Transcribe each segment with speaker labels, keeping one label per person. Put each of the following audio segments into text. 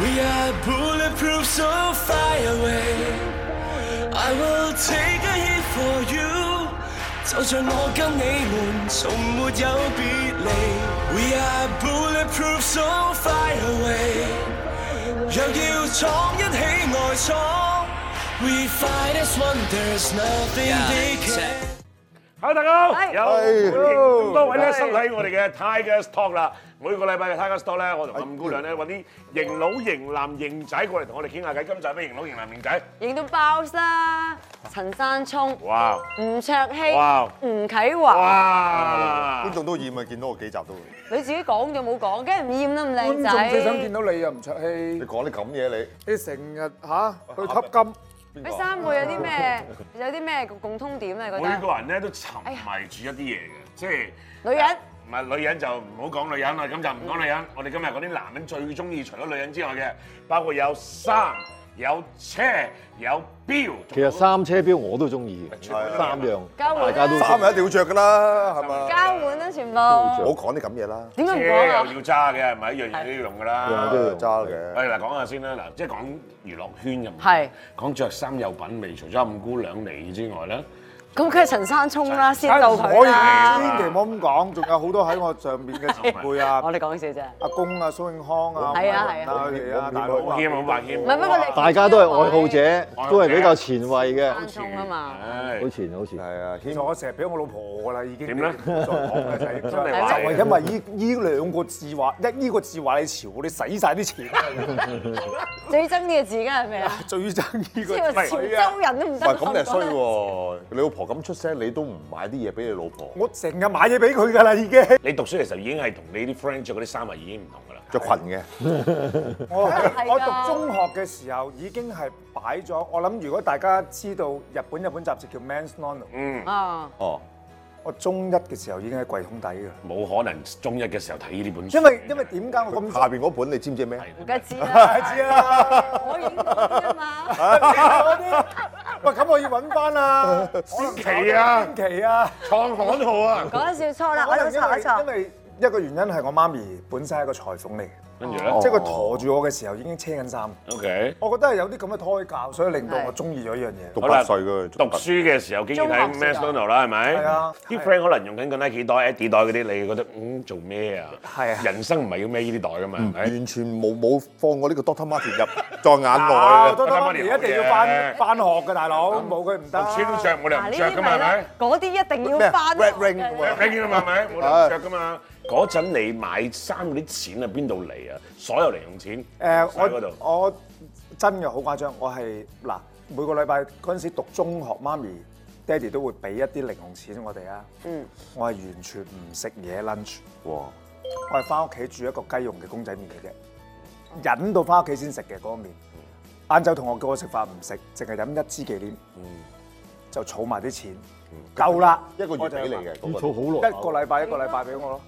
Speaker 1: We are bulletproof, so fly away. I will take a hit for you。就像我跟你們從沒有別離。We are bulletproof, so fly away。若要闖一起外闖，We fight as one, there's nothing they can。
Speaker 2: 好，大家好，
Speaker 3: 係
Speaker 2: 有咁多位咧收睇我哋嘅 Tigers Talk 啦。每個禮拜嘅 Tigers Talk 咧，我同阿五姑娘咧揾啲型佬、型男、型仔過嚟同我哋傾下偈。今集咩型佬、型男、型仔？
Speaker 3: 影到爆啦！陳山聰、
Speaker 2: 哇！
Speaker 3: 吳卓羲
Speaker 2: 哇、
Speaker 3: 吳啟華，
Speaker 2: 哇！
Speaker 4: 觀眾都厭啊！見到我幾集都，
Speaker 3: 你自己講就冇講，梗係唔厭啦，咁靚
Speaker 5: 觀眾最想見
Speaker 3: 仔。
Speaker 5: 到你啊，吳卓羲
Speaker 4: 你，講啲咁嘢
Speaker 5: 你成日吓去吸金，
Speaker 4: 你。
Speaker 3: 你三個有啲咩有啲咩共通點啊咧？你覺
Speaker 2: 每
Speaker 3: 得
Speaker 2: 個人咧都沉迷住一啲嘢嘅，即係
Speaker 3: 女人
Speaker 2: 唔係女人就唔好講女人啦，咁就唔講女人。我哋今日講啲男人最中意，除咗女人之外嘅，包括有衫、有車、有錶。
Speaker 6: 其實三車標我都中意嘅，三樣
Speaker 3: 交
Speaker 6: 大
Speaker 3: 換
Speaker 6: 家都
Speaker 3: 啦，
Speaker 4: 衫咪一定要着㗎啦，係嘛？
Speaker 3: 交換啦，全部
Speaker 4: 唔好講啲咁嘢啦，
Speaker 3: 點解
Speaker 2: 車
Speaker 3: 唔
Speaker 2: 又
Speaker 3: 講
Speaker 2: 要
Speaker 3: 啊？
Speaker 2: 揸嘅，係咪一樣嘢都要用㗎啦？
Speaker 4: Dạ,
Speaker 6: 樣都要用
Speaker 4: 揸嘅。啊
Speaker 2: 喂，嗱講下先啦，嗱，即係講娛樂圈咁，
Speaker 3: 係
Speaker 2: 講着衫有品味，除咗五姑娘你之外咧，
Speaker 3: 咁梗係陳山聰啦，先到
Speaker 5: 唔
Speaker 3: 佢
Speaker 5: 可以
Speaker 3: 啦。
Speaker 5: 千祈唔好咁講，仲有好多喺我上面嘅前輩啊，
Speaker 3: 我哋講笑啫，
Speaker 5: 阿公啊、蘇永康啊，
Speaker 3: 係啊係啊
Speaker 5: 佢哋啊，大佬
Speaker 2: 好
Speaker 5: 啊
Speaker 2: 謙，好白
Speaker 3: 唔
Speaker 2: 謙，
Speaker 3: 係不過你
Speaker 6: 大家都係愛好者，都係比較前衞嘅，
Speaker 3: 山聰啊嘛。
Speaker 2: 唉
Speaker 6: 好，前好前。
Speaker 4: 係啊，
Speaker 5: 其實我成日俾我老婆㗎啦，已經
Speaker 2: 點咧
Speaker 5: 再講啦，真
Speaker 2: 真係
Speaker 5: 就
Speaker 2: 話
Speaker 5: 係因為依依兩個字話一呢個字話你潮，你使晒啲錢，
Speaker 3: 最憎呢個字，梗係咩啊？
Speaker 5: 最憎呢
Speaker 3: 即
Speaker 5: 個
Speaker 3: 係話潮
Speaker 5: 字啊！
Speaker 3: 州人都唔
Speaker 4: 唔
Speaker 3: 得。
Speaker 4: 係咁你係衰喎，你老婆咁出聲，你都唔買啲嘢俾你老婆，
Speaker 5: 我成日買嘢俾佢㗎啦，已經。
Speaker 2: 你讀書嘅時候已經係同你啲 friend 着嗰啲衫係已經唔同㗎啦。
Speaker 4: 着裙嘅。
Speaker 5: 我
Speaker 3: 係㗎
Speaker 5: 我讀中學嘅時候已經係擺咗，我諗如果大家知道日本日本雜誌叫 Men's Nono，
Speaker 3: 啊！
Speaker 4: 哦，
Speaker 5: 我中一嘅時候已經喺櫃桶底㗎啦。
Speaker 2: 冇可能中一嘅時候睇呢本書。
Speaker 5: 因為因為點解我咁
Speaker 4: 下邊嗰本你知唔知咩？
Speaker 3: 梗係知啦，
Speaker 5: 知啊？
Speaker 3: 我影到啫嘛。
Speaker 5: 嗰啲喂，咁我要揾翻啦，
Speaker 2: 先期啊
Speaker 5: 先期啊，
Speaker 2: 創刊號啊，
Speaker 3: 講得笑錯啦，我
Speaker 5: 可能
Speaker 3: 有
Speaker 5: 因
Speaker 3: 錯，我
Speaker 5: 為因
Speaker 3: 錯。
Speaker 5: 為一個原因係我媽咪本身係一個裁縫嚟嘅，
Speaker 2: 跟住咧
Speaker 5: 即係佢陀住我嘅時候已經車緊衫。
Speaker 2: ，OK，
Speaker 5: 我覺得係有啲咁嘅胎教，所以令到我中意咗呢樣嘢。
Speaker 4: 讀
Speaker 2: 好啦
Speaker 4: 八歲㗎，
Speaker 2: 讀書嘅時候經然睇
Speaker 3: 中學時
Speaker 2: Mass
Speaker 3: 代
Speaker 2: Nono 啦，係咪？
Speaker 5: 係啊
Speaker 2: 啲
Speaker 5: 係
Speaker 2: friend 可能用緊個 Nike 袋、Adidas 袋嗰啲，你覺得嗯做咩啊？
Speaker 5: 係啊
Speaker 2: 人生唔係要孭呢啲袋㗎嘛，係咪？
Speaker 4: 完全冇冇放過呢個 Doctor Martin 入 在眼內
Speaker 5: 啊，
Speaker 4: 嘅。
Speaker 5: 多多媽咪一定要翻
Speaker 2: 嘅
Speaker 5: 翻學嘅大佬，冇佢唔
Speaker 2: 讀
Speaker 5: 得。
Speaker 2: 書都着，我哋
Speaker 3: 嗱
Speaker 2: 唔
Speaker 3: 呢
Speaker 2: 着
Speaker 3: 啲
Speaker 2: 㗎嘛，
Speaker 3: 咪
Speaker 2: 係咪
Speaker 3: 啦？，嗰啲一定
Speaker 4: 咩
Speaker 3: 要翻學
Speaker 4: Red Ring
Speaker 3: 嘅
Speaker 4: 咁啊
Speaker 2: 你見啦，係咪？我哋唔着㗎嘛。嗰陣你買衫嗰啲錢係邊度嚟啊？所有零用錢
Speaker 5: 誒，
Speaker 2: 晒嗰
Speaker 5: 呃我
Speaker 2: 度。
Speaker 5: 我真嘅好誇張，我係嗱每個禮拜嗰陣時讀中學，媽咪爹哋都會俾一啲零用錢我哋啊。嗯，我係完全唔食嘢 lunch，
Speaker 4: 哇！
Speaker 5: 我係翻屋企煮一個雞蓉嘅公仔麵嘅啫，忍到翻屋企先食嘅嗰個麵。晏晝同學叫我食飯唔食，淨係飲一支忌廉，
Speaker 4: 嗯
Speaker 5: 就儲埋啲錢，夠啦，
Speaker 4: 一個
Speaker 5: 我
Speaker 4: 月
Speaker 5: 就
Speaker 4: 俾你
Speaker 5: 買
Speaker 4: 嘅
Speaker 6: 要
Speaker 4: 嗰
Speaker 6: 儲
Speaker 4: 個，
Speaker 6: 好耐，
Speaker 5: 一個禮拜一個禮拜俾我咯。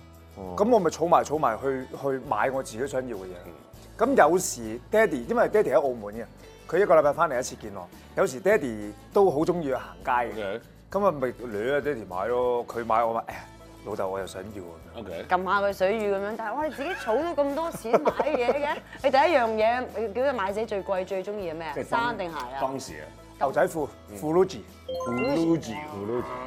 Speaker 5: 咁我咪儲埋儲埋去去買我自己想要嘅嘢。咁有時爹哋，因為爹哋喺澳門嘅，佢一個禮拜翻嚟一次見我。有時爹哋都好中意行街嘅
Speaker 2: OK，
Speaker 5: 咁啊咪掠啊爹哋買咯，佢買我話誒老豆我又想要咁樣。
Speaker 2: OK，
Speaker 3: 撳下佢水魚咁樣，但係我哋自己儲到咁多錢買嘢嘅，你第一樣嘢叫佢買自己最貴最中意嘅咩啊？衫定鞋啊？
Speaker 2: 當時啊
Speaker 5: 牛仔褲 f u l u j i
Speaker 2: ，Gucci，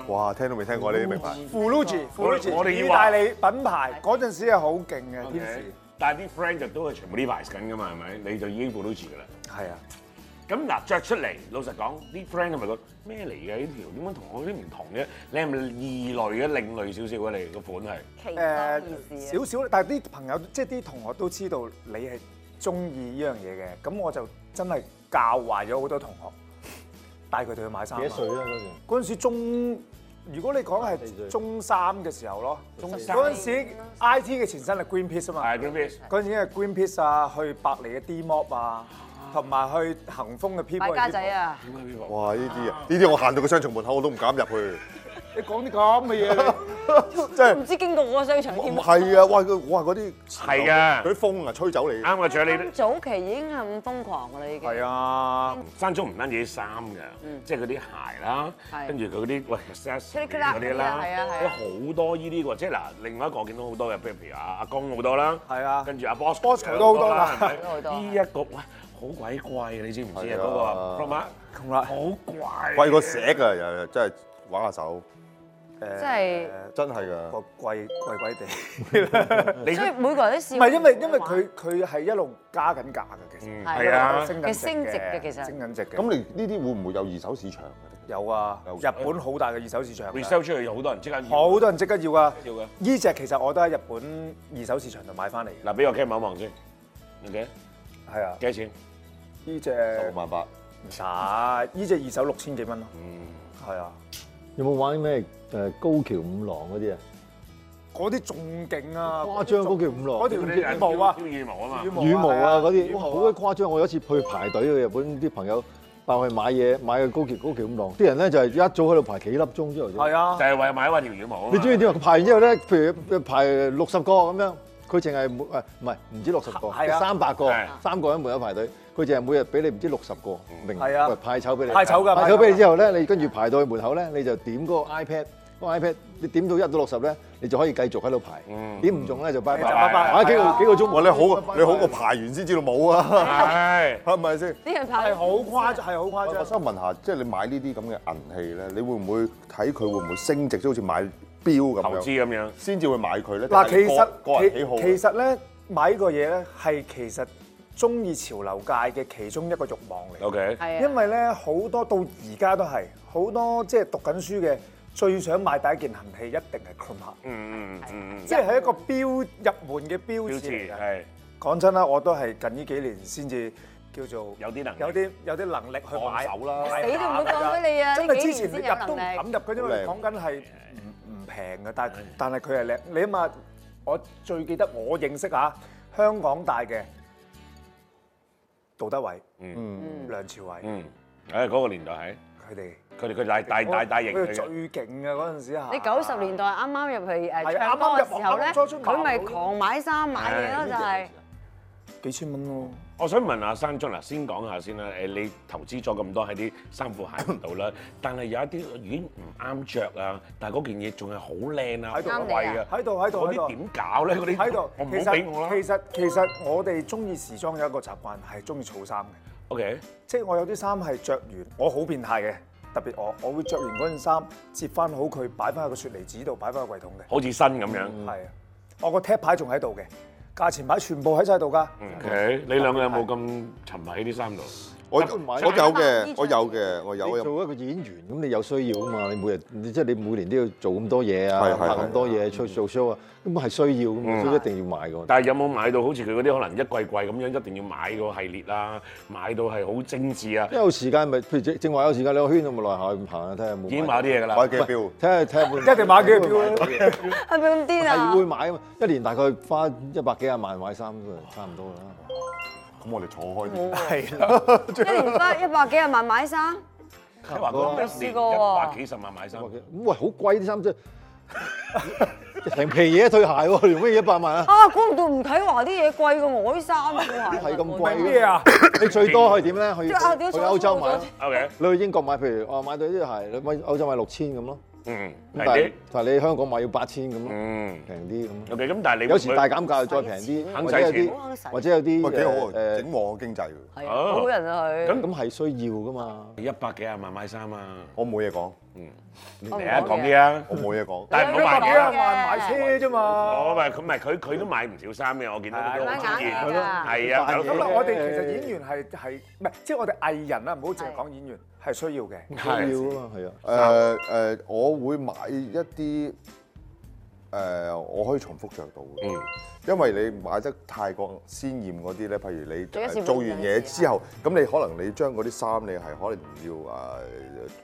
Speaker 4: 哇！聽都未聽過呢啲名牌。
Speaker 5: f u l u j i f u l u j i
Speaker 2: 我哋要
Speaker 5: 意
Speaker 2: 話
Speaker 5: 大利品牌嗰陣時係好勁嘅天使，
Speaker 2: 但係啲 friend 就都係全部呢排緊㗎嘛，係咪？你就已經 Gucci 㗎啦。
Speaker 5: 係啊。
Speaker 2: 咁嗱，着出嚟，老實講，啲 friend 係咪覺咩嚟嘅？呢條點解同我啲唔同嘅？你係咪異類嘅、另類少少嘅？你個款係
Speaker 3: 期
Speaker 4: ờ,
Speaker 3: 待意思
Speaker 5: 呃誒少少，但係啲朋友即係啲同學都知道你係中意呢樣嘢嘅，咁我就真係教壞咗好多同學，帶佢哋去買衫啊。
Speaker 6: 幾多歲啦嗰陣？
Speaker 5: 嗰陣時中，如果你講係中三嘅時候咯，中三嗰陣時 I T 嘅前身係 Greenpeace 啊嘛。
Speaker 2: 係 Greenpeace
Speaker 5: 嗰陣時係 Greenpeace 啊，去百利嘅 D Mob 啊，同埋去恒豐嘅 People。
Speaker 3: à? 買家仔！啊！
Speaker 4: 哇！呢啲啊，呢啲我行到個商場門口我都唔敢入去。
Speaker 5: 你講啲咁嘅嘢你。
Speaker 4: 即係
Speaker 3: 唔知經過嗰個商場添。
Speaker 4: 係啊！哇，佢哇嗰啲
Speaker 2: 係㗎
Speaker 4: 佢啲風啊吹走你。
Speaker 2: 啱嘅，仲有你
Speaker 3: 咁早期已經係咁瘋狂㗎啦，已經。
Speaker 5: 係啊，
Speaker 2: 山中唔單止啲衫㗎，即係嗰啲鞋啦，
Speaker 3: 嗯係
Speaker 2: 跟住佢嗰啲喂 accessories
Speaker 3: 嗰啲
Speaker 2: 嗰啲啦，
Speaker 3: 係啊係啊
Speaker 2: 有好多呢啲喎。即係嗱，另外一個我見到好多嘅，譬如譬如阿阿江好多啦，
Speaker 5: 係啊
Speaker 2: 跟住阿 Boss
Speaker 5: Bosco 都好多啦
Speaker 3: 好多
Speaker 2: 呢一個喂好鬼貴，你知唔知啊？
Speaker 4: 係啊
Speaker 2: 嗰個 Pro Max
Speaker 5: 咁啦
Speaker 2: 好貴，
Speaker 4: 貴過石㗎，又又真係玩下手，
Speaker 5: 誒
Speaker 3: 即係
Speaker 4: 真係㗎。
Speaker 5: 個貴貴貴地，
Speaker 3: 所以每個人都試
Speaker 5: 唔
Speaker 3: 過
Speaker 5: 係因為因為佢佢係一路加緊價嘅，其實
Speaker 2: 係啊
Speaker 5: 升
Speaker 3: 佢
Speaker 5: 緊
Speaker 3: 升值嘅其實
Speaker 5: 升緊值嘅。咁
Speaker 4: 咁你呢啲會唔會有二手市場㗎咧？
Speaker 5: 有啊，
Speaker 4: 有
Speaker 5: 日本好大嘅二手市場㗎，啊
Speaker 2: resell 出去有好多人即刻要
Speaker 5: 好多人即刻要啊。
Speaker 2: 要嘅。
Speaker 5: 呢只其實我都喺日本二手市場度買翻嚟嘅，
Speaker 2: 嗱，俾個 cam 望一望先，OK，
Speaker 5: 係啊
Speaker 2: 幾，多錢？
Speaker 5: 呢
Speaker 4: 十
Speaker 5: 只
Speaker 4: 六
Speaker 2: 啊
Speaker 4: 萬八，
Speaker 5: 唔使，呢只二手六千幾蚊咯，
Speaker 2: 嗯
Speaker 5: 係啊，
Speaker 6: 有冇玩咩誒高橋五郎嗰啲啊？
Speaker 5: 嗰啲仲勁啊，
Speaker 6: 誇張嗰條五郎
Speaker 5: 嗰條羽毛啊，
Speaker 2: 羽毛啊嘛。
Speaker 6: 羽毛啊嗰
Speaker 5: 羽
Speaker 6: 啲，哇
Speaker 5: 毛啊
Speaker 6: 好鬼誇張！我有一次去排隊去日本啲朋友爆去買嘢，買個高橋高橋咁浪，啲人咧就係一早喺度排幾粒鐘之後啫。
Speaker 5: 係啊
Speaker 2: 就，係為買一條羽毛啊嘛。
Speaker 6: 你知唔知點啊？排完之後咧，譬如排六十個咁樣，佢淨係每誒唔係唔止六十
Speaker 5: 係
Speaker 6: 個，
Speaker 5: 啊
Speaker 6: 三百個
Speaker 2: 係，
Speaker 6: 三個人每一排隊，佢淨係每日俾你唔知六十個，明
Speaker 5: 係啊
Speaker 6: 喂派籌俾你，
Speaker 5: 派籌㗎
Speaker 6: 派
Speaker 5: 派
Speaker 6: 籌
Speaker 5: 籌
Speaker 6: 俾你之後咧，你跟住排到去門口咧，你就點嗰個 iPad。個 iPad 你點到一到六十咧，你就可以繼續喺度排。點唔中咧就拜拜，啊
Speaker 5: 就拜拜
Speaker 6: 玩幾個幾個鐘。
Speaker 4: 哇！你好過你啊好過排完先知道冇啊，
Speaker 2: 係。
Speaker 4: 係咪先？
Speaker 3: 啲人拍
Speaker 5: 係好誇張，係好誇
Speaker 4: 我
Speaker 5: 張。
Speaker 4: 想問下， 即係你買呢啲咁嘅銀器咧，你會唔會睇佢會唔會升值？即係好似買錶咁
Speaker 2: 投資
Speaker 4: 樣，
Speaker 2: 咁樣，
Speaker 4: 先至會買佢咧？
Speaker 5: 嗱，其
Speaker 4: 定係
Speaker 5: 實
Speaker 4: 個個人喜好
Speaker 5: 其其實咧買呢個嘢咧係其實中意潮流界嘅其中一個慾望嚟，
Speaker 2: OK，
Speaker 3: 係啊，
Speaker 5: 因為咧好多到而家都係好多即係讀緊書嘅最想買第一件行器一定係 c r o m a
Speaker 2: 嗯嗯嗯
Speaker 5: 即係係一個標入門嘅標
Speaker 2: 嗯，標
Speaker 5: 誌
Speaker 2: 誌
Speaker 5: 嚟嘅。
Speaker 2: 係
Speaker 5: 講真啦，我都係近呢幾年先至叫做
Speaker 2: 有啲能力
Speaker 5: 有啲有啲能力去買
Speaker 2: 放手啦
Speaker 5: 買
Speaker 3: 死都唔會放俾你啊！
Speaker 5: 真
Speaker 3: 呢
Speaker 5: 係
Speaker 3: 幾
Speaker 5: 之
Speaker 3: 年
Speaker 5: 前
Speaker 3: 先
Speaker 5: 你
Speaker 3: 有
Speaker 5: 入
Speaker 3: 能
Speaker 5: 都唔
Speaker 3: 力
Speaker 5: 敢。入嘅，因為講緊係唔唔平嘅，但但係佢係靚。你起碼我最記得我認識啊，香港大嘅杜德偉、嗯、梁朝偉
Speaker 2: 嗯，誒嗰個年代係
Speaker 5: 佢哋，
Speaker 2: 佢哋佢大大大大型
Speaker 5: 佢哋
Speaker 2: 嘅
Speaker 5: 最勁嘅嗰陣時啊！
Speaker 3: 你九十年代啱啱入去誒
Speaker 5: 係
Speaker 3: 唱
Speaker 5: 啱
Speaker 3: 歌
Speaker 5: 啱入
Speaker 3: 嘅時候咧，
Speaker 5: 啱啱初出茅
Speaker 3: 佢咪
Speaker 5: 廬
Speaker 3: 狂買衫買嘢咯，就係
Speaker 5: 幾千蚊咯，
Speaker 2: 我想問下山中嗱，先講下先啦。誒，你投資咗咁多喺啲衫褲鞋度啦，但係有一啲已經唔啱着啊，但係嗰件嘢仲係好靚啊，好
Speaker 5: 喺度
Speaker 2: 貴啊，
Speaker 5: 喺度喺度
Speaker 2: 嗰
Speaker 5: 喺
Speaker 2: 啲
Speaker 5: 度
Speaker 2: 點搞咧？嗰啲
Speaker 5: 喺度
Speaker 2: 我。唔
Speaker 5: 其
Speaker 2: 好俾我
Speaker 5: 實
Speaker 2: 啦。
Speaker 5: 其實其實我哋中意時裝有一個習慣係中意儲衫嘅。
Speaker 2: OK，
Speaker 5: 即係我有啲衫係着完，我好變態嘅，特別我，我會着完嗰件衫，摺翻好佢，擺翻喺個雪梨紙度，擺翻喺櫃桶嘅。
Speaker 2: 好似新咁樣。
Speaker 5: 係啊，我個 tag 牌仲喺度嘅，價錢牌全部喺晒度㗎。
Speaker 2: OK，你兩個有冇咁沉迷喺啲衫度？
Speaker 4: 我
Speaker 6: 根本買
Speaker 4: 我
Speaker 6: 唔
Speaker 4: 有嘅
Speaker 3: 起，
Speaker 4: 我有嘅，我有
Speaker 6: 你
Speaker 4: 有。
Speaker 6: 做一個演員，咁你有需要啊嘛？你每日你即係你每年都要做咁多嘢啊，
Speaker 4: 係係
Speaker 6: 拍
Speaker 4: 係
Speaker 6: 咁多嘢，出做 show 啊，咁係需要咁，所以一定要買㗎。
Speaker 2: 但係有冇買到好似佢嗰啲可能一季季咁樣，一定要買個系列啊，買到係好精緻啊，
Speaker 6: 一有時間咪，譬如正正話有時間，你個圈咁咪內下咁行下，睇下有冇。
Speaker 2: 已經買啲嘢㗎啦。
Speaker 4: 買幾錶？
Speaker 6: 睇下睇下會唔會
Speaker 5: 一定買幾個表啦。
Speaker 3: 係咪咁癲
Speaker 6: 係會
Speaker 3: 啊？
Speaker 6: 買啊嘛！一年大概花一百幾廿萬買衫，都係差唔多啦。
Speaker 4: 咁我哋坐開啲。
Speaker 5: 係啦，
Speaker 3: 一年花一百幾廿萬買衫，
Speaker 2: 你話講
Speaker 3: 未
Speaker 2: 一
Speaker 3: 試
Speaker 2: 年
Speaker 3: 過喎
Speaker 2: 一百幾十萬買衫，
Speaker 6: 咁喂，好貴啲衫 啫，成皮嘢一對鞋喎，用咩一百萬 啊？
Speaker 3: 啊估唔到唔睇話啲嘢貴過我啲衫褲鞋。
Speaker 6: 係咁貴
Speaker 5: 係咩啊？
Speaker 6: 你最多可以點咧？去
Speaker 3: 即係啊屌
Speaker 6: 去歐洲買啦。
Speaker 2: OK，
Speaker 6: 你去英國買，譬如啊買對呢對鞋，你買歐洲買六千咁咯。
Speaker 2: 嗯，
Speaker 6: 咁
Speaker 2: 係
Speaker 6: 但
Speaker 2: 啲
Speaker 6: 係，但係你香港買要八千咁咯，
Speaker 2: 嗯
Speaker 6: 平啲咁咯。
Speaker 2: ，OK，咁但係你
Speaker 6: 有時大
Speaker 2: 會
Speaker 6: 減價再平啲，
Speaker 2: 肯
Speaker 6: 或者有
Speaker 2: 使錢
Speaker 6: 啲或者有啲
Speaker 4: 喂，幾好啊！
Speaker 6: 誒
Speaker 4: 整旺個經濟喎。
Speaker 3: 係
Speaker 2: 哦
Speaker 3: 啊，好人啊佢。
Speaker 6: 咁係需要噶嘛。
Speaker 2: 一百幾廿萬買衫啊，
Speaker 4: 我冇嘢講，
Speaker 2: 你
Speaker 3: 我唔
Speaker 2: 嚟啊
Speaker 3: 講
Speaker 2: 講
Speaker 3: 嘢
Speaker 2: 啲啊，
Speaker 4: 我冇嘢講。
Speaker 2: 但係唔
Speaker 5: 一
Speaker 2: 好
Speaker 5: 百
Speaker 2: 買
Speaker 5: 幾
Speaker 2: 嘢啊
Speaker 5: 廿萬買車啫嘛。
Speaker 2: 我咪佢唔係佢佢都買唔少衫嘅，我見到佢都好中意，
Speaker 3: 買眼鏡啊
Speaker 2: 係啊，
Speaker 6: 買嘢
Speaker 5: 咁
Speaker 2: 咁
Speaker 5: 啊，
Speaker 2: 啊
Speaker 5: 我哋其實演員係係唔係即係我哋藝人啦，唔好淨係講演員係需 要嘅。
Speaker 6: 需要啊嘛，係啊。
Speaker 4: 誒誒，我會買一啲誒，我可以重複着到嘅。
Speaker 2: 嗯，
Speaker 4: 因為你買得太過鮮豔嗰啲咧，譬如你
Speaker 3: 做一次
Speaker 4: 誒做完嘢
Speaker 3: 半陣時
Speaker 4: 之後，咁你可能你將嗰啲衫你係可能要誒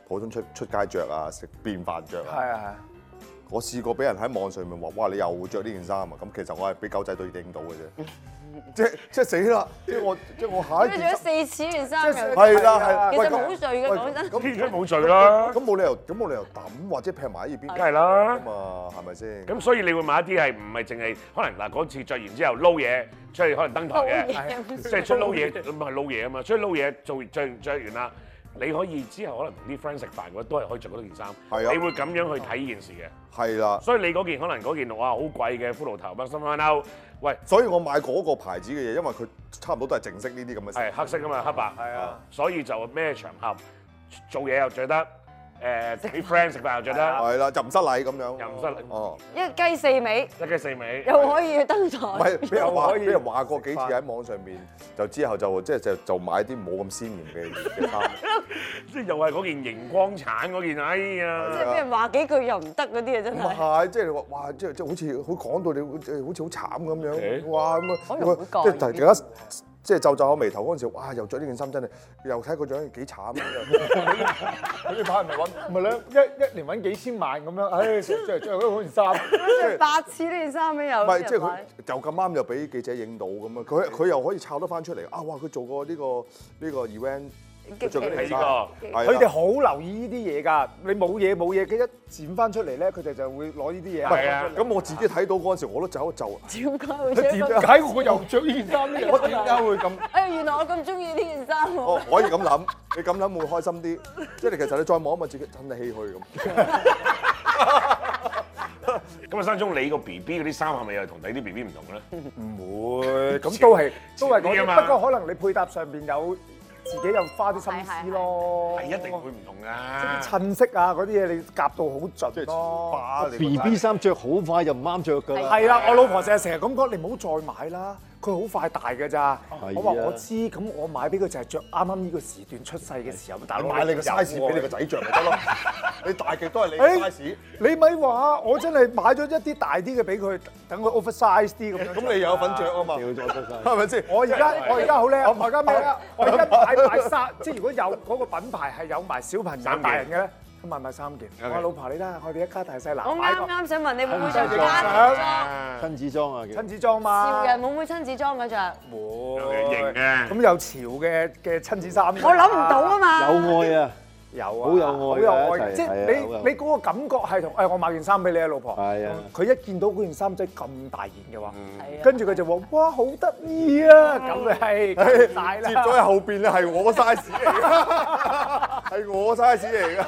Speaker 4: 普通出出街着啊，食便飯着啊，
Speaker 5: 係啊
Speaker 4: 我試過俾人喺網上面話：哇，你又着呢件衫啊！咁其實我係俾狗仔隊認到嘅啫，即即死啦！即我即我下一
Speaker 3: 跟住咗
Speaker 4: 件衫
Speaker 3: 四次件衫又，
Speaker 4: 係啦係啦，
Speaker 3: 其實
Speaker 4: 喂
Speaker 3: 冇罪嘅
Speaker 4: 喂
Speaker 3: 講真。
Speaker 2: 天生冇罪啦，
Speaker 4: 咁冇理由咁冇理由抌或者劈埋喺一邊
Speaker 2: 梗係啦
Speaker 4: 㗎。嘛，啊係咪先？
Speaker 2: 咁所以你會買一啲係唔係淨係可能嗱嗰次着完之後撈嘢出去可能登台
Speaker 3: 撈
Speaker 2: 嘅，
Speaker 3: 嘢
Speaker 2: 即係出撈嘢咁係撈嘢啊嘛，出去撈嘢做着完着完啦，你可以之後可能同啲 friend 食飯嘅話都係可以着嗰件衫，
Speaker 4: 係啊
Speaker 2: 你會咁樣去睇呢件事嘅。
Speaker 4: 係啦，
Speaker 2: 所以你嗰件可能嗰件哇好貴嘅骷髏頭乜新翻褸，喂
Speaker 4: 所以我買嗰個牌子嘅嘢，因為佢差唔多都係淨色呢啲咁嘅
Speaker 2: 係
Speaker 4: 色。
Speaker 2: 黑色啊嘛黑白，係
Speaker 5: 啊，
Speaker 2: 所以就咩場合做嘢又着得，誒俾 friend 食飯又着得，
Speaker 4: 係啦，就唔失禮咁樣。
Speaker 2: 又唔失禮
Speaker 4: 哦，
Speaker 3: 一雞四尾
Speaker 2: 一雞四味。
Speaker 3: 又可以去登
Speaker 4: 唔
Speaker 3: 台，
Speaker 4: 係俾人話
Speaker 5: 又可
Speaker 4: 俾
Speaker 5: 以
Speaker 4: 人話過幾次喺網上面，就之後就即係就就買啲冇咁鮮豔嘅嘅衫。
Speaker 2: 即係又係嗰件熒光橙嗰件，哎
Speaker 3: 即
Speaker 2: 呀！
Speaker 3: 係俾人話幾句又唔得嗰啲啊，真
Speaker 4: 唔
Speaker 3: 係。
Speaker 4: 係，即係你話哇，即係即係好似好講到你好似好似好慘咁樣，
Speaker 2: 誒
Speaker 4: 哇咁啊
Speaker 3: 可能會，
Speaker 4: 即
Speaker 3: 講
Speaker 4: 係突然間即係皺皺下眉頭嗰陣時，哇！又着呢件衫真係，又睇個樣幾慘咁樣。
Speaker 5: 佢哋睇係咪揾咪兩一一年揾幾千萬咁樣，唉，成日着嚟着去嗰件衫，
Speaker 3: 着八次呢件衫都有啲
Speaker 4: 唔係，即係
Speaker 3: 人買。
Speaker 4: 佢就咁啱又俾記者影到咁啊！佢佢又可以抄得翻出嚟啊！哇！佢做過呢個呢個 event，佢着緊呢件衫，係
Speaker 5: 佢哋
Speaker 4: 啦
Speaker 5: 好留意呢啲嘢㗎。你冇嘢冇嘢，佢一剪翻出嚟咧，佢哋就會攞呢啲嘢。
Speaker 2: 係啊
Speaker 4: 咁我自己睇到嗰陣時，我都走一走。
Speaker 3: 點解會
Speaker 5: 點
Speaker 3: 着一個？
Speaker 5: 解我又着呢件衫咧？
Speaker 4: 我點解會咁？
Speaker 3: 哎呀，原來我咁中意呢件衫
Speaker 4: 哦
Speaker 3: 喎！，
Speaker 4: 可以咁諗，你咁諗會開心啲。即係你其實你再望一望自己，真係唏噓咁。
Speaker 2: 咁啊，山中你個 B B 嗰啲衫係咪又同你啲 B B 唔同咧？
Speaker 5: 唔會，咁都 係都
Speaker 2: 遲
Speaker 5: 係
Speaker 2: 啲啊
Speaker 5: 嗰
Speaker 2: 嘛
Speaker 5: 啲。不過可能你配搭上邊有自己有花啲心思咯。
Speaker 2: 係一定會唔同噶。
Speaker 5: 襯色啊嗰啲嘢，你夾到好準咯。
Speaker 4: 哇！你個
Speaker 6: B B 衫着好快就唔啱着㗎啦。
Speaker 5: 係啦，我老婆成日成日咁講，你唔好再買啦，佢好快大㗎咋。
Speaker 2: 啊
Speaker 5: 我話我知，咁我買俾佢就係着啱啱呢個時段出世嘅時候，大佬
Speaker 4: 買你個 size 俾你個仔着咪得 咯。你大極都係你個 size，
Speaker 5: 你咪話我真係買咗一啲大啲嘅俾佢，等佢 oversize 啲咁樣。
Speaker 4: 咁你又有份着 啊嘛，
Speaker 6: 掉咗出晒。
Speaker 4: 係咪先？
Speaker 5: 我而家我而家好叻，我而家咩咧？我而家買買衫，即係如果有嗰個品牌係有埋小朋友、
Speaker 2: 三件
Speaker 5: 大人嘅咧，咁買買三件。我話老婆你睇下，我哋一家大細
Speaker 3: 我
Speaker 5: 嗱買
Speaker 3: 啱
Speaker 5: 個
Speaker 3: 啱想問你會唔會着家庭裝？
Speaker 6: 親子裝啊，叫
Speaker 5: 親子裝嘛
Speaker 3: 潮，人會唔會親子裝嗰着？
Speaker 2: 有型嘅
Speaker 5: 咁有潮嘅嘅親子衫。
Speaker 3: 我諗唔到啊！嘛！
Speaker 6: 有愛啊！
Speaker 5: 有啊，
Speaker 6: 好有愛嘅
Speaker 5: 好有愛
Speaker 6: 一齊
Speaker 5: 嘅，即係
Speaker 6: 係啊
Speaker 5: 你
Speaker 6: 好有愛
Speaker 5: 你嗰個感覺係同誒，我買件衫俾你啊，老婆。
Speaker 6: 係啊嗯
Speaker 5: 佢一見到嗰件衫仔咁大件嘅話，
Speaker 3: 係啊
Speaker 5: 跟住佢就話：哇，好得意啊！咁係咁大啦，
Speaker 4: 接咗喺後邊咧，係我 size 嚟嘅， 係我 size 嚟嘅。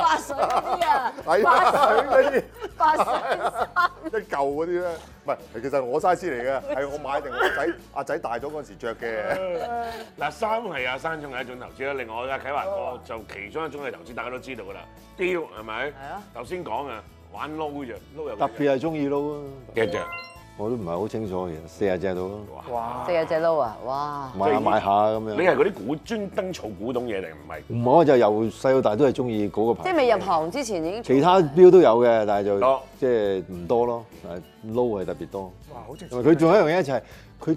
Speaker 3: 發水嗰啲啊，
Speaker 4: 係
Speaker 3: 發
Speaker 4: 啊
Speaker 3: 水
Speaker 4: 嗰
Speaker 3: 發水
Speaker 4: 啲一嚿嗰啲咧，唔係，其實我 size 嚟嘅，係我買定我 仔阿仔大咗嗰陣時着嘅。
Speaker 2: 嗱，衫係阿山中係一種投資啦，另外阿啟華哥就其中一種係投資，大家都知道噶啦。雕係咪？係
Speaker 3: 啊。
Speaker 2: 頭先講啊，玩撈啫，撈又
Speaker 6: 特別係中意撈啊！
Speaker 2: 嘅啫。
Speaker 6: 我都唔係好清楚，其實四廿隻到咯，
Speaker 3: 衫。四隻隻撈啊！哇！
Speaker 6: 買下買下咁
Speaker 2: 你
Speaker 6: 樣。
Speaker 2: 係嗰啲古專登儲古董嘢定唔係？
Speaker 6: 唔好我就由細到大都係中意嗰個牌。
Speaker 3: 即係未入行之前已經
Speaker 6: 其他標都有嘅，但係就
Speaker 2: 多
Speaker 6: 即係唔多咯。但係撈係特別多。
Speaker 5: 哇，好正
Speaker 6: 同埋佢仲有一樣嘢就係佢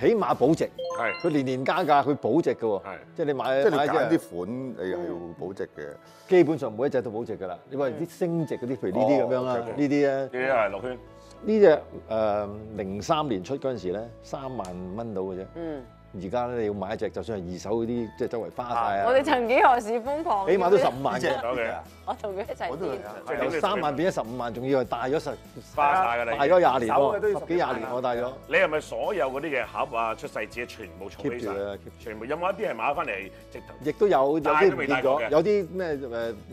Speaker 6: 起碼保值，
Speaker 2: 係
Speaker 6: 佢年年加價，佢保值嘅喎
Speaker 2: 係。
Speaker 6: 即係你買
Speaker 4: 即係你
Speaker 6: 買
Speaker 4: 揀
Speaker 6: 一隻
Speaker 4: 啲，款，你係要保值嘅。
Speaker 6: 基本上每一隻都保值㗎啦。你話啲升值嗰啲，譬如呢啲咁樣啦，
Speaker 4: 哦
Speaker 6: 呢
Speaker 4: ，OK，OK
Speaker 6: 啲啊咧。
Speaker 2: 呢啲係落圈。
Speaker 6: 呢只誒零三年出嗰陣時咧，三萬蚊到嘅啫。
Speaker 3: 嗯，
Speaker 6: 而家咧你要買一隻，就算係二手嗰啲，即係周圍花晒
Speaker 3: 我哋
Speaker 6: 啊，
Speaker 3: 曾幾何時瘋狂？
Speaker 6: 起碼都十五萬嘅。
Speaker 2: O K。
Speaker 3: 我同佢一齊癲。
Speaker 6: 由啊三萬變咗十五萬，仲要係大咗十，
Speaker 2: 花晒㗎啦已經
Speaker 6: 大咗廿年
Speaker 5: 手嘅都要十
Speaker 6: 喎，十幾廿年我大咗。
Speaker 2: 你係咪所有嗰啲嘅盒啊、出世紙全部儲
Speaker 6: keep
Speaker 2: 起
Speaker 6: 住
Speaker 2: 晒？
Speaker 6: 啊，keep 嗯住
Speaker 2: 全部有冇一啲係買翻嚟直頭？
Speaker 6: 亦都有有
Speaker 2: 帶都
Speaker 6: 啲
Speaker 2: 未
Speaker 6: 唔
Speaker 2: 帶
Speaker 6: 見
Speaker 2: 過嘅
Speaker 6: 咗，有啲咩誒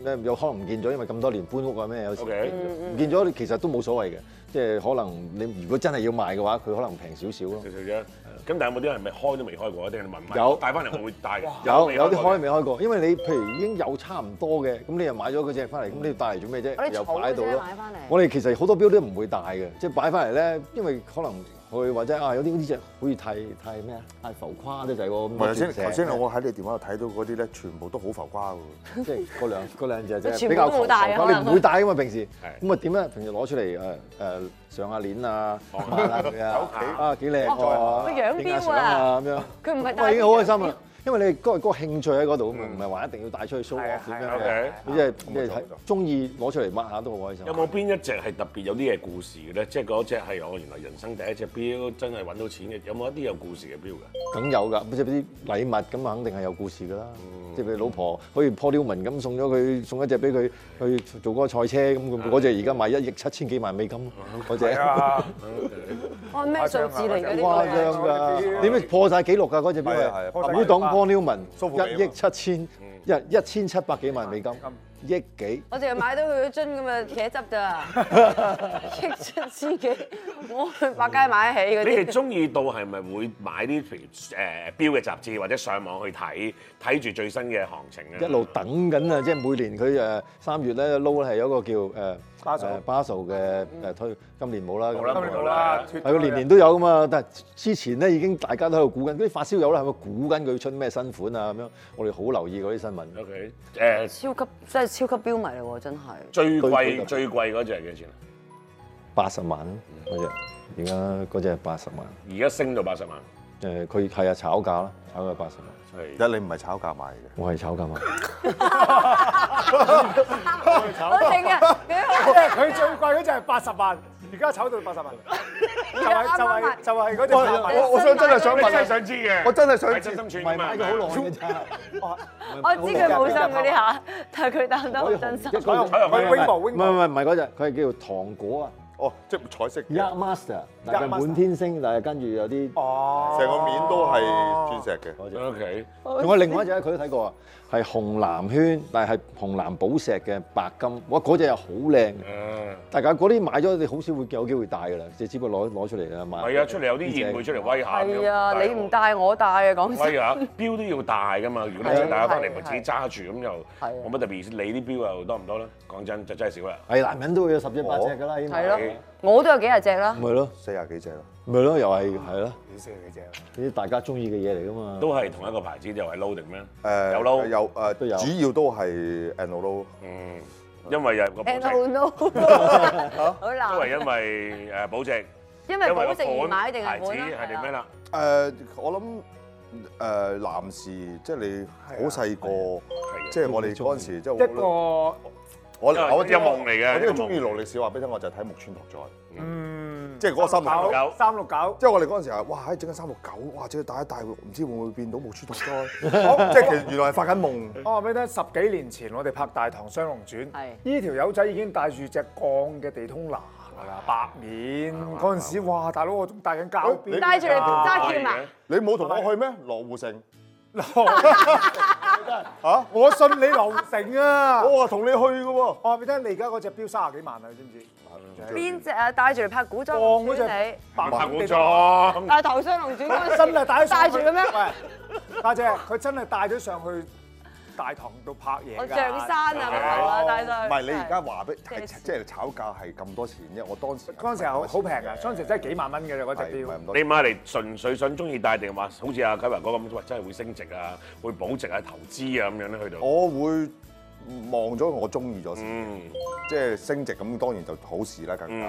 Speaker 6: 咩有可能唔見咗，因為咁多年搬屋啊咩，有時
Speaker 2: OK
Speaker 6: 唔見咗其實都冇所謂嘅，即係可能你如果真係要賣嘅話，佢可能平少少咯
Speaker 2: 少。少啫。咁但係有冇啲人咪開都未開過？一定係問問
Speaker 6: 有
Speaker 2: 帶翻嚟我會帶嘅。
Speaker 6: 有
Speaker 2: 未
Speaker 6: 有啲
Speaker 2: 過
Speaker 6: 開
Speaker 2: 嘅
Speaker 6: 未開過，因為你譬如已經有差唔多嘅，咁你又買咗嗰只翻嚟，咁你帶嚟做咩
Speaker 3: 我哋
Speaker 6: 啫？又
Speaker 3: 嗯儲
Speaker 6: 擺喺度
Speaker 3: 啫
Speaker 6: 咯
Speaker 3: 買返嚟。
Speaker 6: 我哋其實好多標都唔會帶嘅，即係擺翻嚟咧，因為可能佢或者啊有啲呢只好似太太咩啊，太浮誇得滯喎。咁
Speaker 4: 唔係頭先
Speaker 6: 鑽石啊
Speaker 4: 頭先我喺你電話度睇到嗰啲咧，全部都好浮誇㗎。
Speaker 6: 即係嗰兩嗰兩隻
Speaker 3: 全
Speaker 6: 啫，
Speaker 3: 部
Speaker 6: 比較
Speaker 3: 都冇
Speaker 6: 浮
Speaker 3: 帶啊可能
Speaker 6: 你唔會帶㗎嘛平時。
Speaker 2: 係
Speaker 6: 咁啊點咧？平時攞出嚟誒誒上下鏈啊，抹下佢啊，啊幾靚
Speaker 3: 哦
Speaker 6: 喎，
Speaker 3: 個樣
Speaker 6: 影下
Speaker 3: 標
Speaker 6: 相
Speaker 3: 啊
Speaker 6: 啊咁樣。
Speaker 3: 佢唔係帶
Speaker 6: 我已經好開心
Speaker 3: 樣標
Speaker 6: 啊！因為你嗰個嗰個興趣喺嗰度啊嘛，唔係話一定要帶出去 show
Speaker 5: 係啊
Speaker 6: off 點
Speaker 5: 係啊
Speaker 6: 樣
Speaker 2: 係
Speaker 6: 嘅
Speaker 2: 啊，
Speaker 6: 你即係你
Speaker 4: 冇錯
Speaker 6: 係中意攞出嚟抹下都好開心。
Speaker 2: 有冇邊一隻係特別有啲嘢故事嘅咧？即係嗰只係我原來人生第一隻表，真係揾到錢嘅。有冇一啲有故事嘅表 㗎？
Speaker 6: 梗有㗎，即係啲禮物咁啊，肯定係有故事㗎啦。即係譬如老婆好似 Paul Newman 咁送咗佢送一隻俾佢去做嗰個賽車咁，佢嗰只而家賣一億七千幾萬美金嗰只，
Speaker 5: 啊，
Speaker 3: 哇咩數字嚟嘅呢
Speaker 6: 誇
Speaker 3: 個？
Speaker 6: 張㗎，點解啊破晒紀錄㗎嗰只表
Speaker 4: 係啊係啊
Speaker 6: 係？
Speaker 4: 破
Speaker 5: 晒
Speaker 6: 古董
Speaker 5: 紀錄啊
Speaker 6: Paul Newman
Speaker 4: 蘇富比啊
Speaker 6: 一億七千一一千七百幾萬美金，億幾。
Speaker 3: 我淨係買到佢嗰樽咁嘅茄汁咋，益 出自己，我去百佳買得起嗰
Speaker 2: 你
Speaker 3: 啲
Speaker 2: 哋。中意到係咪會買啲譬如誒表嘅雜誌，或者上網去睇睇住最新嘅行情咧？
Speaker 6: 一路等緊啊！即係每年佢誒三月咧撈咧係有一個叫誒
Speaker 5: 巴蘇
Speaker 6: 誒巴蘇嘅誒推，今年冇啦。
Speaker 2: 冇
Speaker 6: 咁啊
Speaker 2: 啦
Speaker 5: 今年冇啦，脱
Speaker 6: 係佢年年都有噶嘛，但係之前咧已經大家都喺度估緊，啲發燒友咧係咪估緊佢出咩新款啊咁樣？我哋好留意嗰啲新聞。
Speaker 2: OK 誒
Speaker 3: 超級真係超級標迷嚟喎，真係。
Speaker 2: 最
Speaker 6: 對
Speaker 2: 貴最貴嗰只係幾錢啊？
Speaker 6: 八十萬嗰只，而家嗰只係八十萬。
Speaker 2: 而家升到八十萬，
Speaker 6: 誒，佢係啊炒價啦，炒價八十
Speaker 2: 係
Speaker 6: 萬，
Speaker 4: 一你唔係炒價買嘅，
Speaker 6: 我係炒價嘛。
Speaker 3: 我定啊，佢
Speaker 5: 佢最貴嗰只係八十萬，而家炒到八十萬，就 係就
Speaker 6: 啊
Speaker 5: 係就係嗰只八十萬。
Speaker 4: 我我想真係想
Speaker 2: 真係
Speaker 4: 問，
Speaker 2: 想知嘅，
Speaker 4: 我真係想
Speaker 2: 係
Speaker 4: 知
Speaker 2: 真心串㗎
Speaker 6: 唔係買
Speaker 2: 嘛
Speaker 6: 咗好耐嘅咋，
Speaker 3: 我知佢冇心嗰啲嚇，但係佢答得好真心。
Speaker 6: 嗰隻
Speaker 5: 唔係 Wingbo
Speaker 6: 唔係
Speaker 5: Wingbo，
Speaker 6: 唔係唔係嗰隻，佢係叫糖果啊。
Speaker 4: 哦，即係彩色嘅，
Speaker 6: Yacht Master，但係
Speaker 5: Yacht
Speaker 6: 滿天星，但係跟住有啲，
Speaker 5: 哦，
Speaker 4: 成個面都係鑽石嘅。
Speaker 2: OK，
Speaker 6: 仲有另外一隻咧，佢都睇過啊，係紅藍圈，但係係紅藍寶石嘅白金，哇！嗰隻又好靚嘅，
Speaker 2: 誒，
Speaker 6: 大家嗰啲買咗，你好少會有機會戴㗎啦，即係只不過攞攞出嚟啦買。
Speaker 2: 係啊，出嚟有啲宴會出嚟威下咁樣。
Speaker 3: 係啊，你唔帶我帶啊，講
Speaker 2: 威
Speaker 3: 真。
Speaker 2: 下，錶都要戴㗎 嘛。如果你
Speaker 3: 係啊
Speaker 2: 想戴翻嚟，咪
Speaker 3: 係
Speaker 2: 自己揸住咁又
Speaker 3: 係啊
Speaker 2: 冇乜特別意思。你啲錶又多唔多咧？講真就真係少啦。
Speaker 6: 係男人都會有十隻八隻㗎啦，起碼
Speaker 3: 係咯，我都有幾廿隻啦。
Speaker 6: 咪咯，
Speaker 4: 四廿幾隻咯，
Speaker 6: 咪咯，又係係咯，
Speaker 5: 你四幾隻？
Speaker 6: 呢啲大家中意嘅嘢嚟㗎嘛。
Speaker 2: 都係同一個牌子，就係 low 定咩？
Speaker 4: 誒
Speaker 2: 有 low，
Speaker 4: 有
Speaker 6: 都有
Speaker 4: 誒，主要都係 Anolo，
Speaker 2: 嗯，因為又係個保
Speaker 3: And oh
Speaker 2: 值，
Speaker 3: no，
Speaker 2: 都
Speaker 3: 好難。
Speaker 2: 係因為誒保值，
Speaker 3: 因為
Speaker 2: 因為
Speaker 3: 保
Speaker 2: 個
Speaker 3: 值而買定係啊
Speaker 2: 牌子
Speaker 3: 本啦
Speaker 2: 係定咩？啦？
Speaker 4: 誒，我諗誒男士即係你好細個，
Speaker 6: 啊
Speaker 2: 係
Speaker 4: 即係我哋嗰陣時即係
Speaker 5: 一個
Speaker 4: 我
Speaker 2: 因為
Speaker 4: 我
Speaker 2: 一夢嚟嘅
Speaker 4: 我呢
Speaker 2: 一
Speaker 4: 個
Speaker 2: 夢
Speaker 4: 中意勞力士話俾你聽，我就係睇木村拓哉，
Speaker 5: 嗯，
Speaker 4: 即係嗰個三六九。
Speaker 2: 九
Speaker 5: 三六九，
Speaker 4: 即係我哋嗰陣時係，哇！喺整緊三六九，哇！整到戴一戴，唔知會唔會變到木村拓哉？ 好即係其實原來係發緊夢。
Speaker 5: 我哦話俾你聽，十幾年前我哋拍《大唐雙龍傳》，
Speaker 3: 係
Speaker 5: 呢條友仔已經戴住隻鋼嘅地通拿㗎啦，白面嗰陣時，哇！大佬我仲戴緊膠
Speaker 4: 喂你
Speaker 5: 錶，
Speaker 3: 帶住嚟揸劍啊
Speaker 2: 嘅！
Speaker 4: 你冇同我去 咩？羅湖城，
Speaker 5: 我信你劉成啊！
Speaker 4: 我話同你去嘅喎。
Speaker 5: 我話俾你聽，你而家嗰隻錶三十幾萬啊，你知唔知？
Speaker 3: 邊隻啊？帶住嚟拍古裝
Speaker 5: 鋼
Speaker 3: 龍
Speaker 5: 嗰
Speaker 3: 傳
Speaker 5: 隻
Speaker 3: 你，
Speaker 5: 白
Speaker 2: 拍
Speaker 5: 面
Speaker 2: 古
Speaker 5: 地通拿
Speaker 2: 裝，
Speaker 3: 但係頭上龍轉嗰陣時
Speaker 5: 真係戴咗上
Speaker 3: 帶
Speaker 5: 去
Speaker 3: 住嘅咩？
Speaker 5: 喂，家姐，佢真係戴咗上去大堂度拍嘢㗎。
Speaker 3: 我象山啊，咪係啦，帶上
Speaker 4: 唔
Speaker 3: 去。
Speaker 4: 係你而家話俾，
Speaker 3: 係
Speaker 4: 即係炒價係咁多錢啫。我當時
Speaker 5: 嗰陣時係好好平啊㗎，嗰陣時真係幾萬蚊嘅啫嗰隻
Speaker 4: 係唔係
Speaker 5: 錶
Speaker 4: 咁。多
Speaker 2: 你
Speaker 4: 錢？
Speaker 2: 買嚟純粹想中意戴定話，好似阿啟華哥咁，喂，真係會升值啊，會保值啊，投資啊咁樣咧，去到。
Speaker 4: 我會望咗我中意咗先，
Speaker 2: 嗯，
Speaker 4: 即係升值咁，當然就好事啦，更加。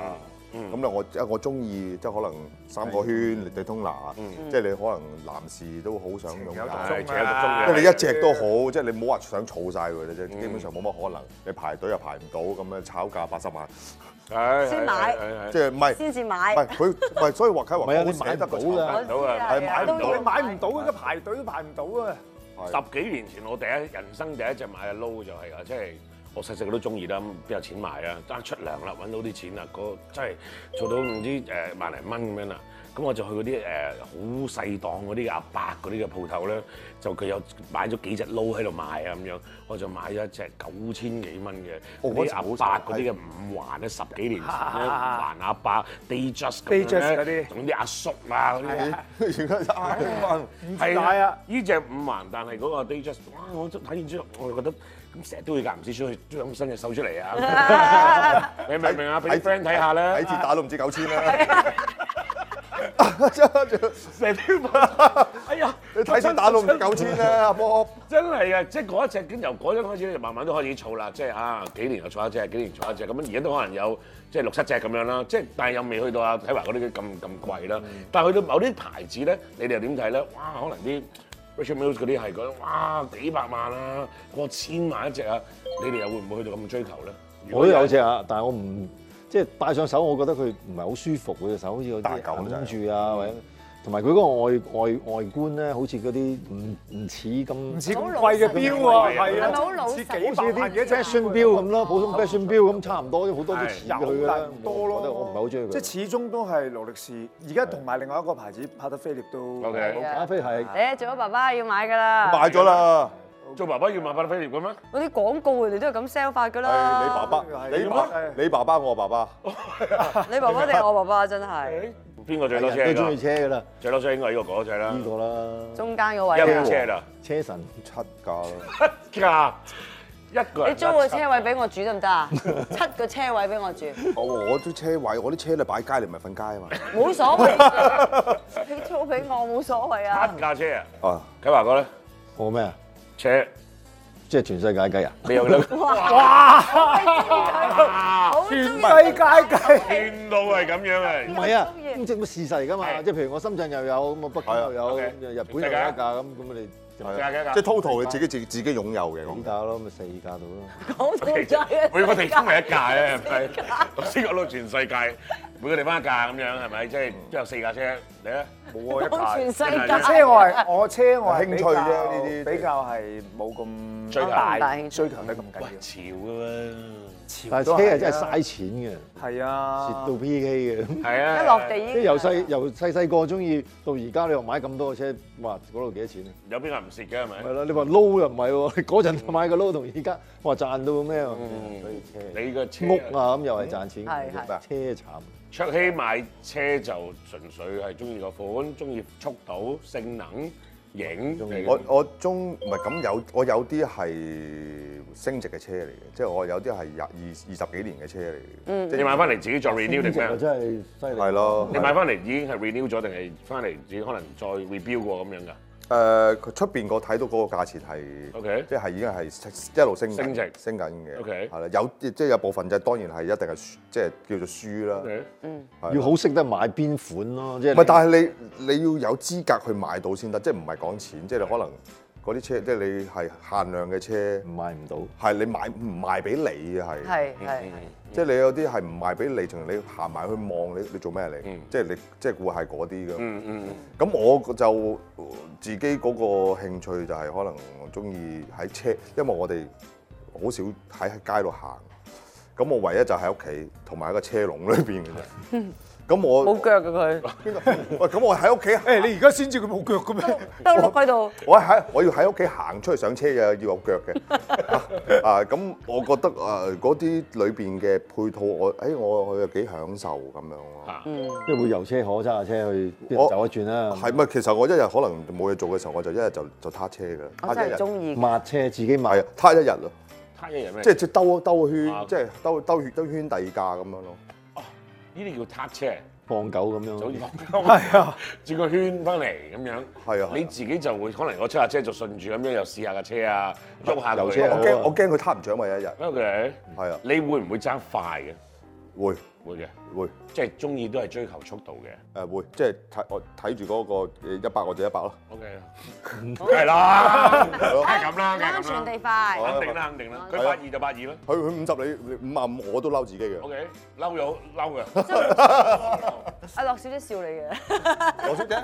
Speaker 2: 嗯
Speaker 4: 咁咧，我即係我中意，即係可能三個圈、地通拿，
Speaker 2: 嗯
Speaker 4: 即係你可能男士都好想用
Speaker 5: 有
Speaker 4: 㗎
Speaker 5: 獨
Speaker 2: 係
Speaker 5: 鍾
Speaker 2: 扯到中
Speaker 5: 啊
Speaker 2: 嘅。
Speaker 4: 即係你一隻都好，即係你唔好話想儲晒佢咧，即係基本上冇乜可能。你排隊又排唔到，咁樣炒價八十萬，
Speaker 2: 係
Speaker 3: 先買
Speaker 2: 係係係
Speaker 4: 即係唔係
Speaker 3: 先至
Speaker 4: 唔
Speaker 3: 買。
Speaker 4: 係佢唔係，所以話啟
Speaker 6: 唔係啊
Speaker 4: 華
Speaker 6: 你
Speaker 4: 好捨得個
Speaker 6: 買
Speaker 4: 炒
Speaker 6: 唔到㗎
Speaker 4: 價
Speaker 3: 我知啊，
Speaker 2: 係買唔到
Speaker 3: 都要
Speaker 5: 你買唔到嘅，排隊都排唔到啊！
Speaker 4: 係
Speaker 2: 十幾年前我第一人生第一隻買嘅撈就係啊，即係我細細個都中意啦，咁邊有錢買啊？得出糧啦，揾到啲錢啦，嗰真係做到唔知誒萬零蚊咁樣啦。咁我就去嗰啲誒好細檔嗰啲阿伯嗰啲嘅鋪頭咧，就佢有買咗幾隻撈喺度賣啊咁樣，我就買咗一隻九千幾蚊嘅
Speaker 4: 哦嗰
Speaker 2: 嗰
Speaker 4: 隻
Speaker 2: 啲阿
Speaker 4: 好
Speaker 2: 伯
Speaker 4: 細
Speaker 2: 嗰啲嘅五環咧，十幾年前咧 五環阿伯 day just 咁
Speaker 5: Day
Speaker 2: 樣
Speaker 5: Just 嗰
Speaker 2: 咧
Speaker 5: 啲，
Speaker 2: 同啲阿叔啊嗰 啲。
Speaker 4: 而家啱
Speaker 5: 唔
Speaker 2: 係
Speaker 5: 知解啊！
Speaker 2: 啊呢只五環，但係嗰個 day just，哇！我都睇完之後，我就覺得咁成日都會間唔時出去將新嘅手出嚟啊！ 你明唔明啊？俾啲 friend 睇下
Speaker 4: 睇
Speaker 2: 咧，
Speaker 4: 鐵打都唔知九千 啦，
Speaker 2: 成條馬，哎呀！
Speaker 4: 你睇鐵打都唔知九 千啦，阿波。
Speaker 2: 真係啊！即係嗰一隻，跟由嗰陣開始就慢慢都開始儲啦，即係啊幾年又儲一隻，幾年儲一隻咁樣，啊而家都可能有即係六七隻咁樣啦，
Speaker 6: 嗯
Speaker 2: 即係但係又未去到啊睇華嗰啲咁咁貴啦。但係去到某啲牌子咧，你哋又點睇咧？哇！可能啲 Richard Mills 嗰啲係覺得哇幾百萬啊，過千萬一隻啊，你哋又會唔會去到咁追求咧？
Speaker 6: 我都有隻啊，但係我唔即係戴上手，我覺得佢唔係好舒服嗰隻手，好似有
Speaker 4: 大
Speaker 6: 啲
Speaker 4: 嚿真係
Speaker 6: 揞住啊，或者同埋佢嗰個外外外觀咧，好似嗰啲唔唔似咁
Speaker 5: 唔似
Speaker 3: 好
Speaker 5: 咁
Speaker 3: 老
Speaker 5: 貴嘅
Speaker 3: 實
Speaker 5: 錶啊，
Speaker 2: 係咪
Speaker 5: 係啊，
Speaker 3: 好老
Speaker 5: 唔似
Speaker 3: 實
Speaker 5: 幾百萬嘅一隻
Speaker 6: fashion 標咁咯，普通 fashion 標咁差唔多，好多都
Speaker 2: 係
Speaker 6: 似
Speaker 5: 有
Speaker 6: 佢啦
Speaker 5: 但。多咯，
Speaker 6: 我覺得我唔係好中意佢。
Speaker 5: 即係始終都係勞力士，而家同埋另外一個牌子帕德菲力都
Speaker 2: OK
Speaker 6: 阿飛係
Speaker 3: 誒，做咗爸爸要買㗎啦，
Speaker 4: 買咗啦，
Speaker 2: 做爸爸要買百達翡麗嘅咩？
Speaker 3: 嗰啲廣告人哋都係咁 sell 法㗎
Speaker 4: 係啊
Speaker 3: 啦。
Speaker 4: 你爸爸，你爸，你爸爸我爸爸，
Speaker 3: 你爸爸定係我爸爸真係
Speaker 2: 邊個最多車啊
Speaker 6: 人都中意
Speaker 2: 㗎？
Speaker 6: 車㗎啦，
Speaker 2: 最多車應該係呢個哥仔啦，
Speaker 6: 呢個啦，
Speaker 3: 中間嗰位
Speaker 2: 一
Speaker 3: 啊
Speaker 2: 個車啦，
Speaker 6: 車神。
Speaker 4: 七架啦，
Speaker 2: 一架一個人
Speaker 3: 你租個車位俾我住得唔得啊？七個車位俾我住，
Speaker 4: 我哦我啲車位，我啲車咧擺街，你唔係瞓街啊嘛，
Speaker 3: 冇所謂。你租俾我冇所謂啊。
Speaker 2: 七架車啊！
Speaker 4: 啊，
Speaker 2: 啟華哥咧
Speaker 6: 我咩啊？
Speaker 2: 車，
Speaker 6: 即係全世界計啊！
Speaker 2: 你有幾多？
Speaker 3: 好中意
Speaker 5: 計計計，
Speaker 2: 見到係咁樣嘅，
Speaker 6: 唔係啊，
Speaker 3: 中意
Speaker 6: 咁即係咁事實嚟㗎嘛。
Speaker 2: 係
Speaker 6: 即係譬如我深圳又有，咁我北
Speaker 4: 係
Speaker 6: 京
Speaker 4: 啊
Speaker 6: 又有，
Speaker 2: OK
Speaker 6: 咁日本又有一架咁，咁我哋就
Speaker 4: 係
Speaker 2: 四架
Speaker 4: 啊
Speaker 2: 幾架
Speaker 4: 即係 total 你自己自自己擁有嘅
Speaker 6: 幾
Speaker 4: 咁。
Speaker 6: 架咯，啊咪四架到咯。
Speaker 3: 講到真
Speaker 2: 每個地方咪一架咧，係咪？我先講到全世界每個地方一架咁樣，係咪？即係都有四架車，你咧？
Speaker 5: 冇
Speaker 3: 講
Speaker 5: 啊一
Speaker 3: 全
Speaker 5: 架。
Speaker 3: 世界
Speaker 5: 架車我係我車我係
Speaker 4: 興
Speaker 5: 比較
Speaker 4: 趣啫呢啲
Speaker 5: 比較係冇咁
Speaker 2: 追求
Speaker 5: 大
Speaker 3: 追求
Speaker 5: 追求得咁緊
Speaker 2: 喂，
Speaker 5: 要。
Speaker 2: 潮嘅
Speaker 6: 但係車係真係嘥錢嘅，
Speaker 5: 係
Speaker 6: 蝕
Speaker 5: 啊
Speaker 6: 到，PK 嘅。
Speaker 2: 喎，係啊
Speaker 3: 一落地已
Speaker 6: 即係
Speaker 3: 經
Speaker 6: 由細由細細個中意到而家，你話買咁多個車，哇！嗰度幾多錢啊？
Speaker 2: 有邊個唔蝕嘅係咪
Speaker 6: 係？啦，你話撈又唔係喎，嗰陣買個撈同而家，哇賺到咩啊？所以車
Speaker 2: 你個車
Speaker 6: 屋啊咁又係賺錢
Speaker 3: 係係
Speaker 6: 嘅，車慘。
Speaker 2: 卓希買車就純粹係中意個款，中意速度、性能、影。
Speaker 4: 我我中唔係咁有，我有啲係升值嘅車嚟嘅，即係我有啲係廿二二十幾年嘅車嚟嘅，即
Speaker 2: 你
Speaker 4: 係
Speaker 2: 買翻嚟自己再 renew 定
Speaker 6: 呢隻
Speaker 2: 咩
Speaker 6: 就？真係犀利。
Speaker 4: 啊係咯。
Speaker 2: 你買翻嚟已經係 renew 咗，定係翻嚟自己可能再 rebuild 過咁樣㗎？
Speaker 4: 誒，佢呃出邊個睇到嗰個價錢係
Speaker 2: OK
Speaker 4: 即係已經係一路升緊
Speaker 2: 升值
Speaker 4: 升緊嘅。
Speaker 2: OK
Speaker 4: 係啦，有即係有部分就當然係一定係輸即係叫做輸啦。
Speaker 2: 嗯
Speaker 4: 係
Speaker 6: 要好識得買邊款咯，即係
Speaker 4: 唔係，但係你你要有資格去買到先得，即係唔係講錢，即係你可能嗰啲車，即係你係限量嘅車
Speaker 6: 你，買唔到。
Speaker 4: 係你買唔賣俾你嘅係。
Speaker 3: 係係
Speaker 4: 即係你有啲係唔賣俾你，同你行埋去望你，你做咩你？即係你即係會係嗰啲嘅。嗯嗯。咁我就自己嗰個興趣就係可能我中意喺車，因為我哋好少喺喺街度行。咁我唯一就喺屋企同埋喺個車籠裏邊嘅啫。咁我
Speaker 3: 冇腳嘅佢，
Speaker 4: 喂，咁我喺屋企，
Speaker 5: 誒你而家先至佢冇腳嘅咩？
Speaker 3: 得碌喺度。
Speaker 4: 我喺我要喺屋企行出去上車嘅，要有腳 嘅。啊，咁我覺得啊，嗰啲裏邊嘅配套，我誒我我又幾享受咁樣咯。
Speaker 2: 啊
Speaker 6: 即係會遊車河揸下車去邊度
Speaker 4: 我
Speaker 6: 走一轉啦，
Speaker 2: 嗯
Speaker 4: 係咪？其實我一日可能冇嘢做嘅時候，我就一日就就撻車㗎啦。
Speaker 3: 我
Speaker 4: 撻一
Speaker 3: 真
Speaker 4: 日
Speaker 3: 係中意。
Speaker 6: 抹車自己抹
Speaker 4: 係啊，撻一日咯，
Speaker 2: 他一日咩？
Speaker 4: 即係即係兜兜個圈
Speaker 2: 啊，
Speaker 4: 即係兜兜圈兜圈第二架咁樣咯。
Speaker 2: 呢啲叫塔車，
Speaker 6: 放狗咁樣
Speaker 2: 就好
Speaker 6: 咯
Speaker 2: 似。嗯 係啊，轉個圈翻嚟咁樣。
Speaker 4: 係啊
Speaker 2: 你自己就會可能我出下車就順住咁樣又試下架車啊，喐下
Speaker 6: 遊
Speaker 2: 佢。
Speaker 6: 車
Speaker 4: 我
Speaker 6: 好
Speaker 4: 驚我驚佢撻唔着嘛，有一日
Speaker 2: O K，
Speaker 4: 係啊
Speaker 2: 你會唔會爭快嘅？
Speaker 4: 會
Speaker 2: 會嘅，
Speaker 4: 會
Speaker 2: 即係中意都係追求速度嘅。
Speaker 4: 誒會，即係睇我睇住嗰個誒一百我就一百咯。
Speaker 2: O K，梗係 啦，梗係咁啦，梗係
Speaker 3: 安
Speaker 2: 咁
Speaker 3: 全
Speaker 2: 啦，
Speaker 3: 地快，
Speaker 2: 肯定啦，肯定啦，佢八二就八二啦。
Speaker 4: 佢佢五十你你五啊五我都嬲自己嘅
Speaker 2: O。K，嬲咗嬲嘅，
Speaker 3: 阿樂小姐笑你嘅，
Speaker 4: 羅小 姐，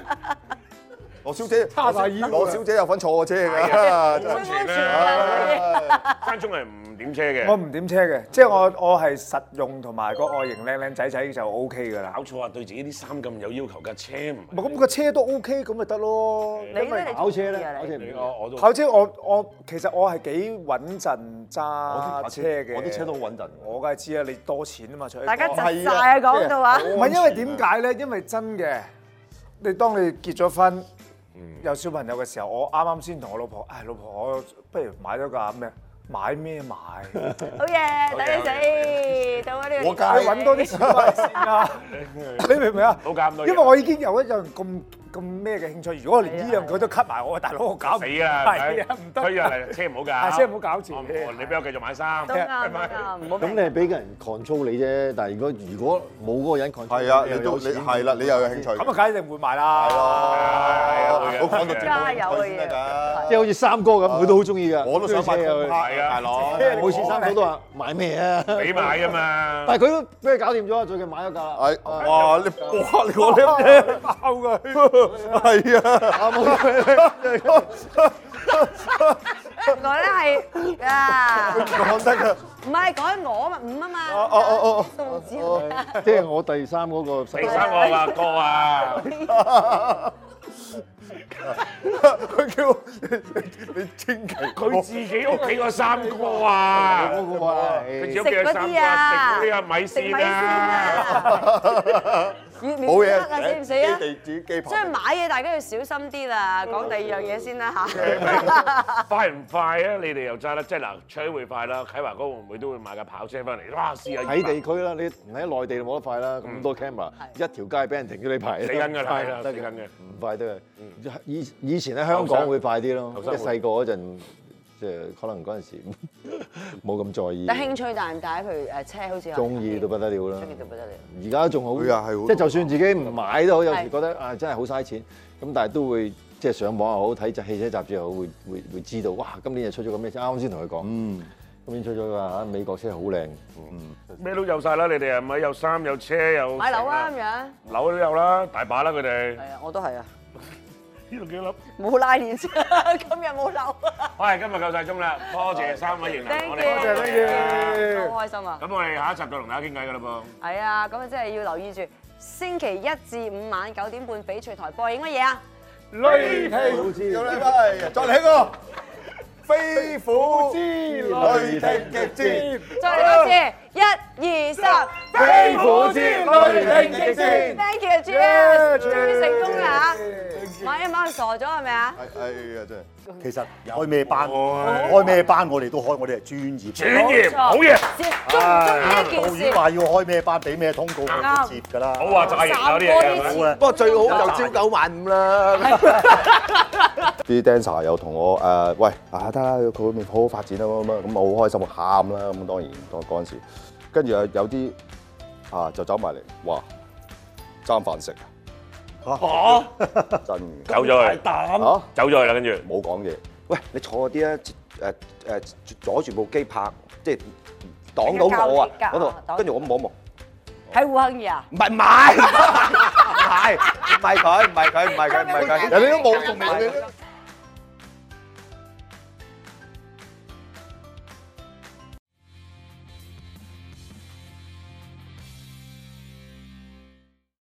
Speaker 4: 羅小姐，
Speaker 5: 叉晒腰啊
Speaker 4: 羅小姐有份坐我車㗎。
Speaker 2: 係啊
Speaker 4: 真係
Speaker 2: 安全
Speaker 3: 安全
Speaker 2: 啊！
Speaker 3: 啊
Speaker 2: 間中係唔點車嘅。
Speaker 5: 我唔點車嘅，即係我我係實用同埋個外形靚靚仔仔就 O K 㗎啦。
Speaker 2: 搞錯啊！對自己啲衫咁有要求架車唔
Speaker 5: 唔係咁個車都 O K 咁咪得咯。
Speaker 3: 你咧你
Speaker 6: 跑車
Speaker 3: 中意
Speaker 6: 咧，
Speaker 3: 啊
Speaker 6: 跑
Speaker 3: 你
Speaker 6: 車
Speaker 2: 你
Speaker 6: 唔
Speaker 2: 我我都
Speaker 5: 跑車我我其實我係幾穩陣揸車嘅，
Speaker 4: 我啲車都好穩陣。
Speaker 5: 我梗係知啊，你多錢啊嘛，除非
Speaker 3: 大家
Speaker 5: 講
Speaker 3: 窒晒啊！講到啊，
Speaker 5: 唔係因為點解咧？因為真嘅，你當你結咗婚。有小朋友嘅時候，我啱啱先同我老婆，唉，老婆，我不如買咗架咩？買咩 買？
Speaker 3: 好嘢，等你死，到啊呢個
Speaker 4: 我梗係
Speaker 5: 你揾多啲錢翻嚟先啊！你明唔明啊？
Speaker 2: 冇搞咁多嘢
Speaker 5: 因為我已經有一樣咁咁咩嘅興趣？如果我連呢
Speaker 3: 啊
Speaker 5: 樣佢都 cut 埋我，大佬我搞唔
Speaker 2: 死啦！
Speaker 5: 係啊，唔得，
Speaker 2: 推咗嚟，車唔好
Speaker 5: 啊
Speaker 2: 㗎，
Speaker 5: 車唔好搞住
Speaker 2: 我唔你俾我繼續買衫，
Speaker 3: 都
Speaker 5: Dạ,
Speaker 3: 啱，都啱，唔好
Speaker 6: 咁你係俾個人 control 你啫，但係如果如果冇嗰個人 control，
Speaker 4: 係啊，
Speaker 6: 又
Speaker 4: 你
Speaker 6: 有
Speaker 4: 都你
Speaker 6: 錢
Speaker 4: 係啦，你又有興趣。
Speaker 5: 咁啊，梗係一定會買啦。
Speaker 2: 係啊，會嘅。
Speaker 4: 我講到節目
Speaker 3: 加
Speaker 4: 形
Speaker 3: 油
Speaker 4: 態
Speaker 3: 嘅
Speaker 4: 先
Speaker 3: 嘢
Speaker 4: 得。㗎。
Speaker 6: 即係好似三哥咁，佢都好中意㗎。
Speaker 4: 我都想買
Speaker 6: 追車啊
Speaker 4: Compact
Speaker 2: 係啊
Speaker 4: 啊，大佬。
Speaker 6: 佢每次三哥都話買咩啊？
Speaker 2: 俾買㗎嘛。
Speaker 6: 但係佢都俾佢搞掂咗，啊最近買咗架啦。
Speaker 4: 係哇！你哇！你講啲
Speaker 5: 爆佢！
Speaker 4: 咩？係啊，
Speaker 6: 啊冇
Speaker 3: 原來咧係啊，
Speaker 4: 講得㗎。
Speaker 3: 唔係講我嘛，五啊嘛，
Speaker 5: Ờ,
Speaker 4: 哦哦
Speaker 3: 數字啊
Speaker 6: 即係我第三嗰個細
Speaker 2: 第三個啊，哥 啊，
Speaker 4: 哦，佢叫你你千祈
Speaker 2: 佢自己屋企個三哥啊，
Speaker 6: 嗰 個啊，
Speaker 2: 佢自己
Speaker 6: 係
Speaker 2: 屋企個三哥啊，食嗰啲啊米
Speaker 3: 食米
Speaker 2: 線
Speaker 3: 先 à.
Speaker 2: 啊，
Speaker 3: 啊，
Speaker 4: 冇
Speaker 3: 冇
Speaker 4: 嘢
Speaker 3: 啊，死唔死啊？
Speaker 4: 地主機
Speaker 3: 即係買嘢，大家要小心啲啦。講第二樣嘢先啦
Speaker 5: Dạ,
Speaker 3: 嚇。
Speaker 2: 快唔快啊？你哋又揸得即係嗱，吹會快啦，啟華哥會唔會都會買架跑車翻嚟？哇，試下
Speaker 6: 喺地區啦，你喺內地就冇得快啦，咁多 camera，一條街俾人停咗你排，
Speaker 2: 死緊㗎啦，係啦，死緊
Speaker 6: 嘅，
Speaker 2: 嘅。
Speaker 6: 唔快得嘅。啊以以前喺香港會快啲咯，即係細個嗰陣，即係可能嗰陣時 冇咁在意。
Speaker 3: 但興趣大唔大？譬如誒車，好似有
Speaker 6: 中意到不得了啦
Speaker 3: 中意到不得了。
Speaker 6: 而家仲好，
Speaker 4: 佢又哎係好啊
Speaker 6: 即係就算自己唔買都好，有時
Speaker 3: 係
Speaker 6: 覺得啊真係好嘥錢，咁但係都會即係上網又好，睇隻汽車雜誌又好，會會會知道哇今年又出咗個咩車，啱啱先同佢講，嗯，今年出咗個啊美國車好靚，
Speaker 2: 咩都有晒啦，你哋係咪有衫有車有
Speaker 3: 買樓
Speaker 5: Dạ.
Speaker 3: 啊咁樣。
Speaker 2: 樓都有啦，大把啦佢哋，
Speaker 3: 係啊，我都係啊，
Speaker 2: 呢度幾粒。
Speaker 3: 冇拉鍊先，今日冇樓。
Speaker 2: 好，今日夠晒鐘啦，多謝三位迎嚟我
Speaker 3: Thank
Speaker 2: 哋，
Speaker 3: you，
Speaker 5: 謝 Dạ, thank you
Speaker 3: 好開心啊！
Speaker 2: 咁我哋下一集再同大家傾偈㗎啦噃。
Speaker 3: 係啊，咁啊真係要留意住，星期一至五晚九點半翡翠台播映乜嘢啊？
Speaker 4: 雷
Speaker 7: 啊
Speaker 5: 哎
Speaker 4: 霆，有禮拜，再嚟一 個飛虎之雷霆極戰，
Speaker 3: 再嚟多次，一二三，
Speaker 4: 飛虎之雷霆極戰。
Speaker 3: Thank you，朱啊，終於成功啦嚇！買一買傻咗係咪啊？
Speaker 4: 係係啊，真係。
Speaker 8: 其實開咩班，開咩班我哋都開，我哋係專業。
Speaker 2: 專業，好嘢。
Speaker 3: 中唔
Speaker 2: 啊
Speaker 3: 中意呢件
Speaker 8: 導演
Speaker 3: 事？
Speaker 8: 話要開咩班，俾咩通告我接㗎啦。
Speaker 2: 啊好話詐型有啲嘢係咪？
Speaker 8: 啦。
Speaker 7: 不過最好就朝九晚五啦。
Speaker 4: 啲 dancer 又同我誒、呃喂啊得啦，佢嗰邊好好發展啦咁樣，咁我好開心，我啊喊啦咁當然當嗰陣時，跟住有有啲啊就走埋嚟話爭飯食
Speaker 2: 走咗佢，走
Speaker 4: 嚇真嘅嚇
Speaker 2: 咗佢啦，跟住。
Speaker 4: 冇講嘢，
Speaker 7: 喂，你坐啲啊，誒誒阻住部機拍，即係擋到我啊
Speaker 3: 你嘅！交接㗎
Speaker 7: 嗰
Speaker 3: 啊
Speaker 7: 度，
Speaker 3: 擋
Speaker 7: 跟住我望一望，
Speaker 3: 喺烏亨爾啊？
Speaker 7: 唔係唔 係
Speaker 5: 哎
Speaker 7: 唔係唔係佢，唔係佢，唔係佢，唔係佢。
Speaker 4: 人哋都冇，人哋都